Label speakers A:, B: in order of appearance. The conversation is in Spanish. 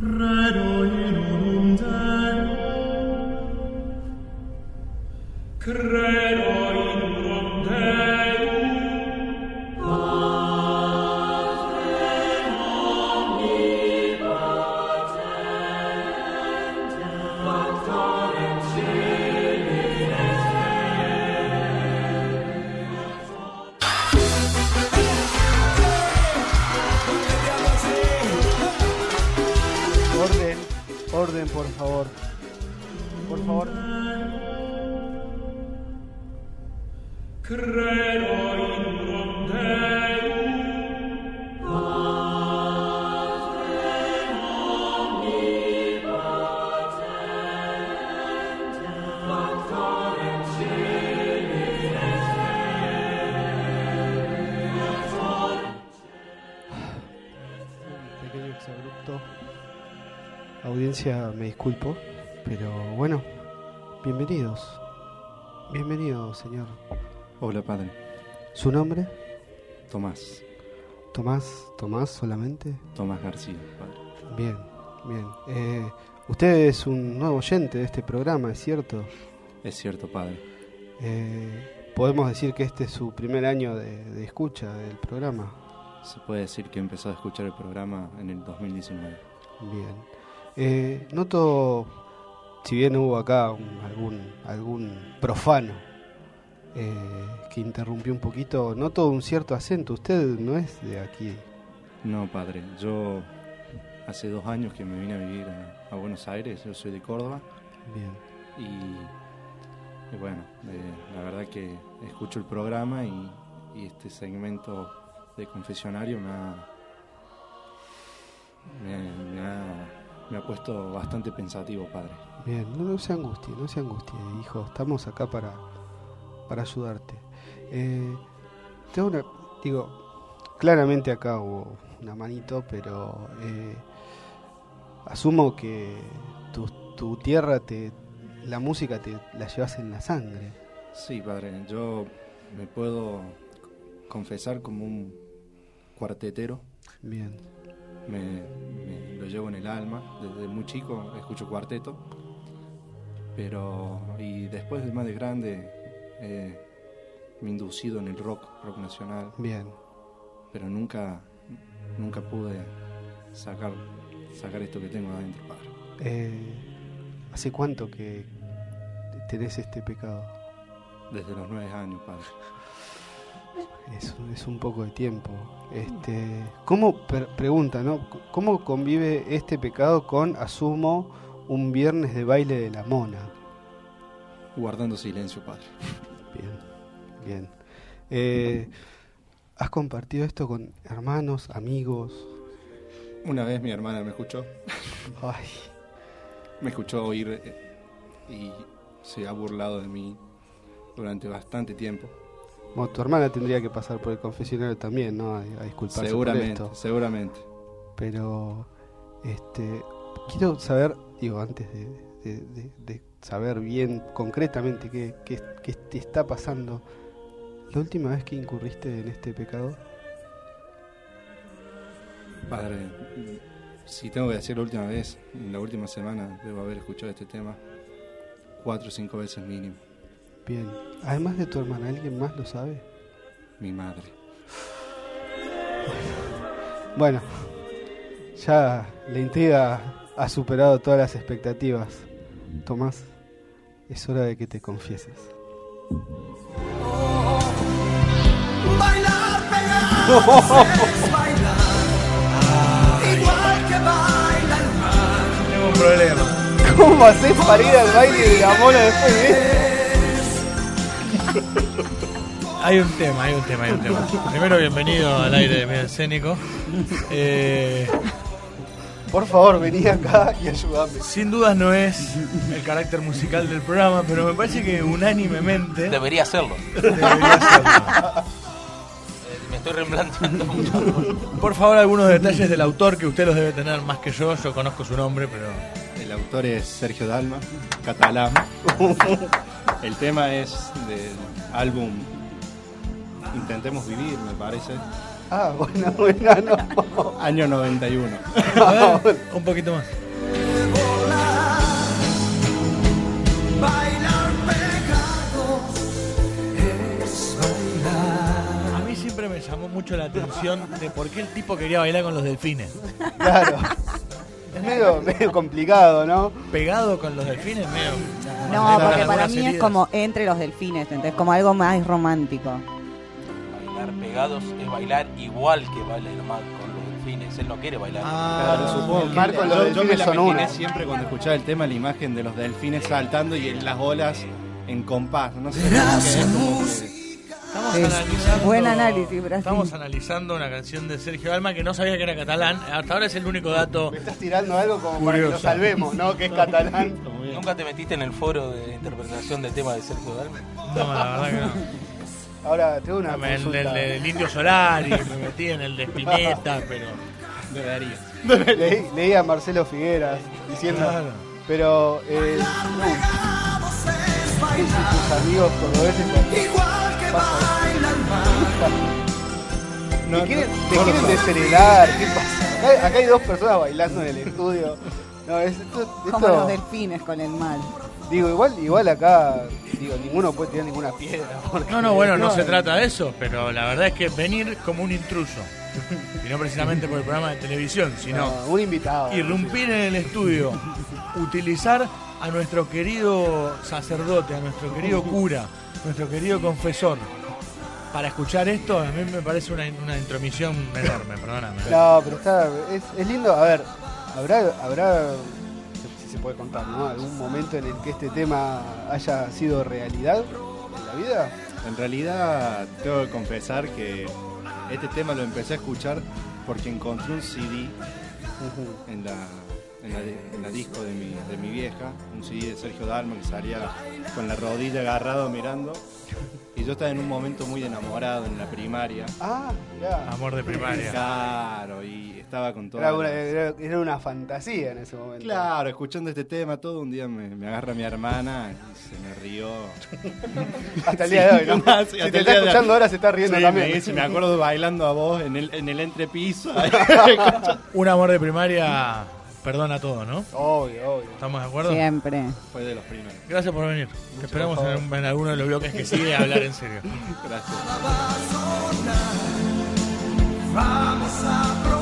A: credo in unum Deum,
B: Credo in unum Deum,
C: Orden, orden, por favor. Por favor.
B: credo in unum Deum,
C: Pequeño exabrupto. Audiencia, me disculpo, pero bueno, bienvenidos. Bienvenido, señor.
D: Hola padre,
C: ¿Su nombre?
D: Tomás,
C: Tomás, Tomás solamente.
D: Tomás García, padre.
C: Bien, bien. Eh, usted es un nuevo oyente de este programa, ¿es cierto?
D: Es cierto padre,
C: Eh, podemos decir que este es su primer año de, de escucha del programa.
D: se puede decir que empezó a escuchar el programa en el 2019.
C: Bien. Eh, noto, si bien hubo acá un- algún, algún profano eh, que interrumpió un poquito, noto un cierto acento. Usted no es de aquí.
D: No padre, yo hace dos años que me vine a vivir a, a Buenos Aires, yo soy de Córdoba
C: Bien.
D: y, y bueno, eh, la verdad que escucho el programa y, y este segmento de confesionario me ha, me, me ha, me ha puesto bastante pensativo padre.
C: Bien, no, no se angustie, no se angustie, hijo. Estamos acá para, para ayudarte. Eh, tengo una. Digo, claramente acá hubo una manito, pero eh, asumo que tu, tu tierra, te la música te la llevas en la sangre.
D: Sí, padre, yo me puedo confesar como un cuartetero.
C: Bien,
D: Me, me lo llevo en el alma. Desde muy chico escucho cuarteto. Pero, y después de más de grande, eh, me he inducido en el rock, rock nacional.
C: bien.
D: Pero nunca, nunca pude sacar, sacar esto que tengo adentro, padre.
C: Eh, ¿Hace cuánto que tenés este pecado?
D: Desde los nueve años, padre.
C: Es, es un poco de tiempo. Este, ¿Cómo, per- pregunta, ¿no? C- ¿Cómo convive este pecado con, asumo, un viernes de baile de la mona?
D: Guardando silencio, padre.
C: Bien, bien. Eh, ¿Has compartido esto con hermanos, amigos?
D: Una vez mi hermana me escuchó.
C: Ay,
D: me escuchó oír eh, y se ha burlado de mí durante bastante tiempo.
C: bueno, tu hermana tendría que pasar por el confesionario también, ¿no? A, a disculparse
D: seguramente,
C: por esto.
D: seguramente.
C: Pero, este, quiero saber, digo, antes de, de- de- de saber bien concretamente qué, qué- qué te está pasando, la última vez que incurriste en este pecado,
D: Padre, si tengo que decir la última vez, en la última semana debo haber escuchado este tema cuatro o cinco veces mínimo.
C: bien, además de tu hermana, ¿alguien más lo sabe?
D: Mi madre.
C: Bueno, ya la intriga ha superado todas las expectativas. Tomás, es hora de que te confieses.
E: Bailar, pegar, es bailar. Igual que baila el mar.
F: Tengo un problema.
C: ¿Cómo haces para ir al baile de la mona después de
F: Hay un tema, hay un tema, hay un tema. Primero, bienvenido al aire de Medio Escénico. Eh,
C: Por favor, vení acá y ayúdame.
F: sin dudas no es el carácter musical del programa, pero me parece que unánimemente
G: Debería hacerlo. Eh,
F: debería serlo.
G: Me estoy replanteando mucho.
F: Por favor, algunos detalles del autor que usted los debe tener más que yo. Yo conozco su nombre, pero
D: El autor es Sergio Dalma, catalán. El tema es del álbum Intentemos Vivir, me parece,
C: Ah, bueno, bueno, no.
D: Año 91.
F: A ver, un poquito más.
E: Bailar pecados es bailar.
F: A mí siempre me llamó mucho la atención de por qué el tipo quería bailar con los delfines.
C: Claro. Es medio, medio complicado, ¿no?
F: Pegado con los delfines, medio.
H: No,
F: Algunas
H: porque para mí es
F: heridas.
H: como entre los delfines, ¿entendés? Como algo más romántico.
G: Bailar pegados es bailar igual que baila el mar con los delfines. Él no quiere bailar.
F: Ah,
D: supongo.
C: Mar con los
D: Yo- yo me
C: delfines
D: la
C: son
D: imaginé
C: uno.
D: siempre cuando escuchaba el tema, la imagen de los delfines saltando y en las olas en compás. No sé. como que es, como que-
F: Estamos
H: Es
F: analizando-
H: buen análisis, Brasil.
F: Estamos analizando una canción de Sergio Alma que no sabía que era catalán. Hasta ahora es el único dato.
C: Me estás tirando algo como para que
F: Curioso.
C: lo salvemos, ¿no? Que es catalán.
G: ¿Nunca te metiste en el foro de interpretación del tema de Sergio Dalma?
F: No, la verdad que no.
C: Ahora tengo una
F: En el
C: consulta.
F: del, del Indio Solari, me metí en el de Spinetta, pero.
C: Leí, leí a Marcelo Figueras diciendo,
F: Claro.
C: pero eh,
E: Pecados es bailar.
C: sus amigos cordobeses
E: Igual que baila el mar.
C: te quieren, te quieren desheredar, ¿qué pasa? Acá, hay- acá hay dos personas bailando en el estudio. No, es- esto,
H: Como los
C: esto-
H: delfines con el mal.
C: digo, igual, igual acá, digo, ninguno puede tirar ninguna piedra. porque-
F: No, no, bueno, no se trata de eso, pero la verdad es que venir como un intruso. Y no precisamente por el programa de televisión, sino
C: No, un invitado.
F: irrumpir en el estudio, utilizar a nuestro querido sacerdote, a nuestro querido cura, nuestro querido confesor. Para escuchar esto, a mí me parece una, una intromisión enorme, perdóname.
C: No, pero está, es, es lindo. A ver, habrá, habrá, si se puede contar, ¿no? Algún momento en el que este tema haya sido realidad en la vida.
D: En realidad, tengo que confesar que este tema lo empecé a escuchar porque encontré un CD en la, en la, en la disco de mi, de mi vieja, un CD de Sergio Dalma que salía con la rodilla agarrado mirando. Y yo estaba en un momento muy enamorado en la primaria.
C: Ah, mirá.
F: Amor de primaria.
D: Claro, y estaba con toda
C: Era una,
D: la-
C: era- era una fantasía en ese momento.
D: Claro, escuchando este tema todo un día me, me agarra mi hermana y se me rió.
C: Hasta el día de hoy, ¿no?
D: Sí, hasta
C: si
D: el
C: te
D: día
C: está
D: de-
C: escuchando ahora, se está riendo
D: Sí,
C: también.
D: me dice, me acuerdo bailando a vos en el, en el entrepiso.
F: Un amor de primaria perdona todo, ¿no?
C: Obvio, obvio.
F: ¿Estamos de acuerdo?
H: Siempre.
D: Fue de los primeros.
F: Gracias por venir. Te esperamos
C: por
F: en, en alguno de los bloques que sigue a hablar en serio.
D: Gracias.
E: Vamos a probar.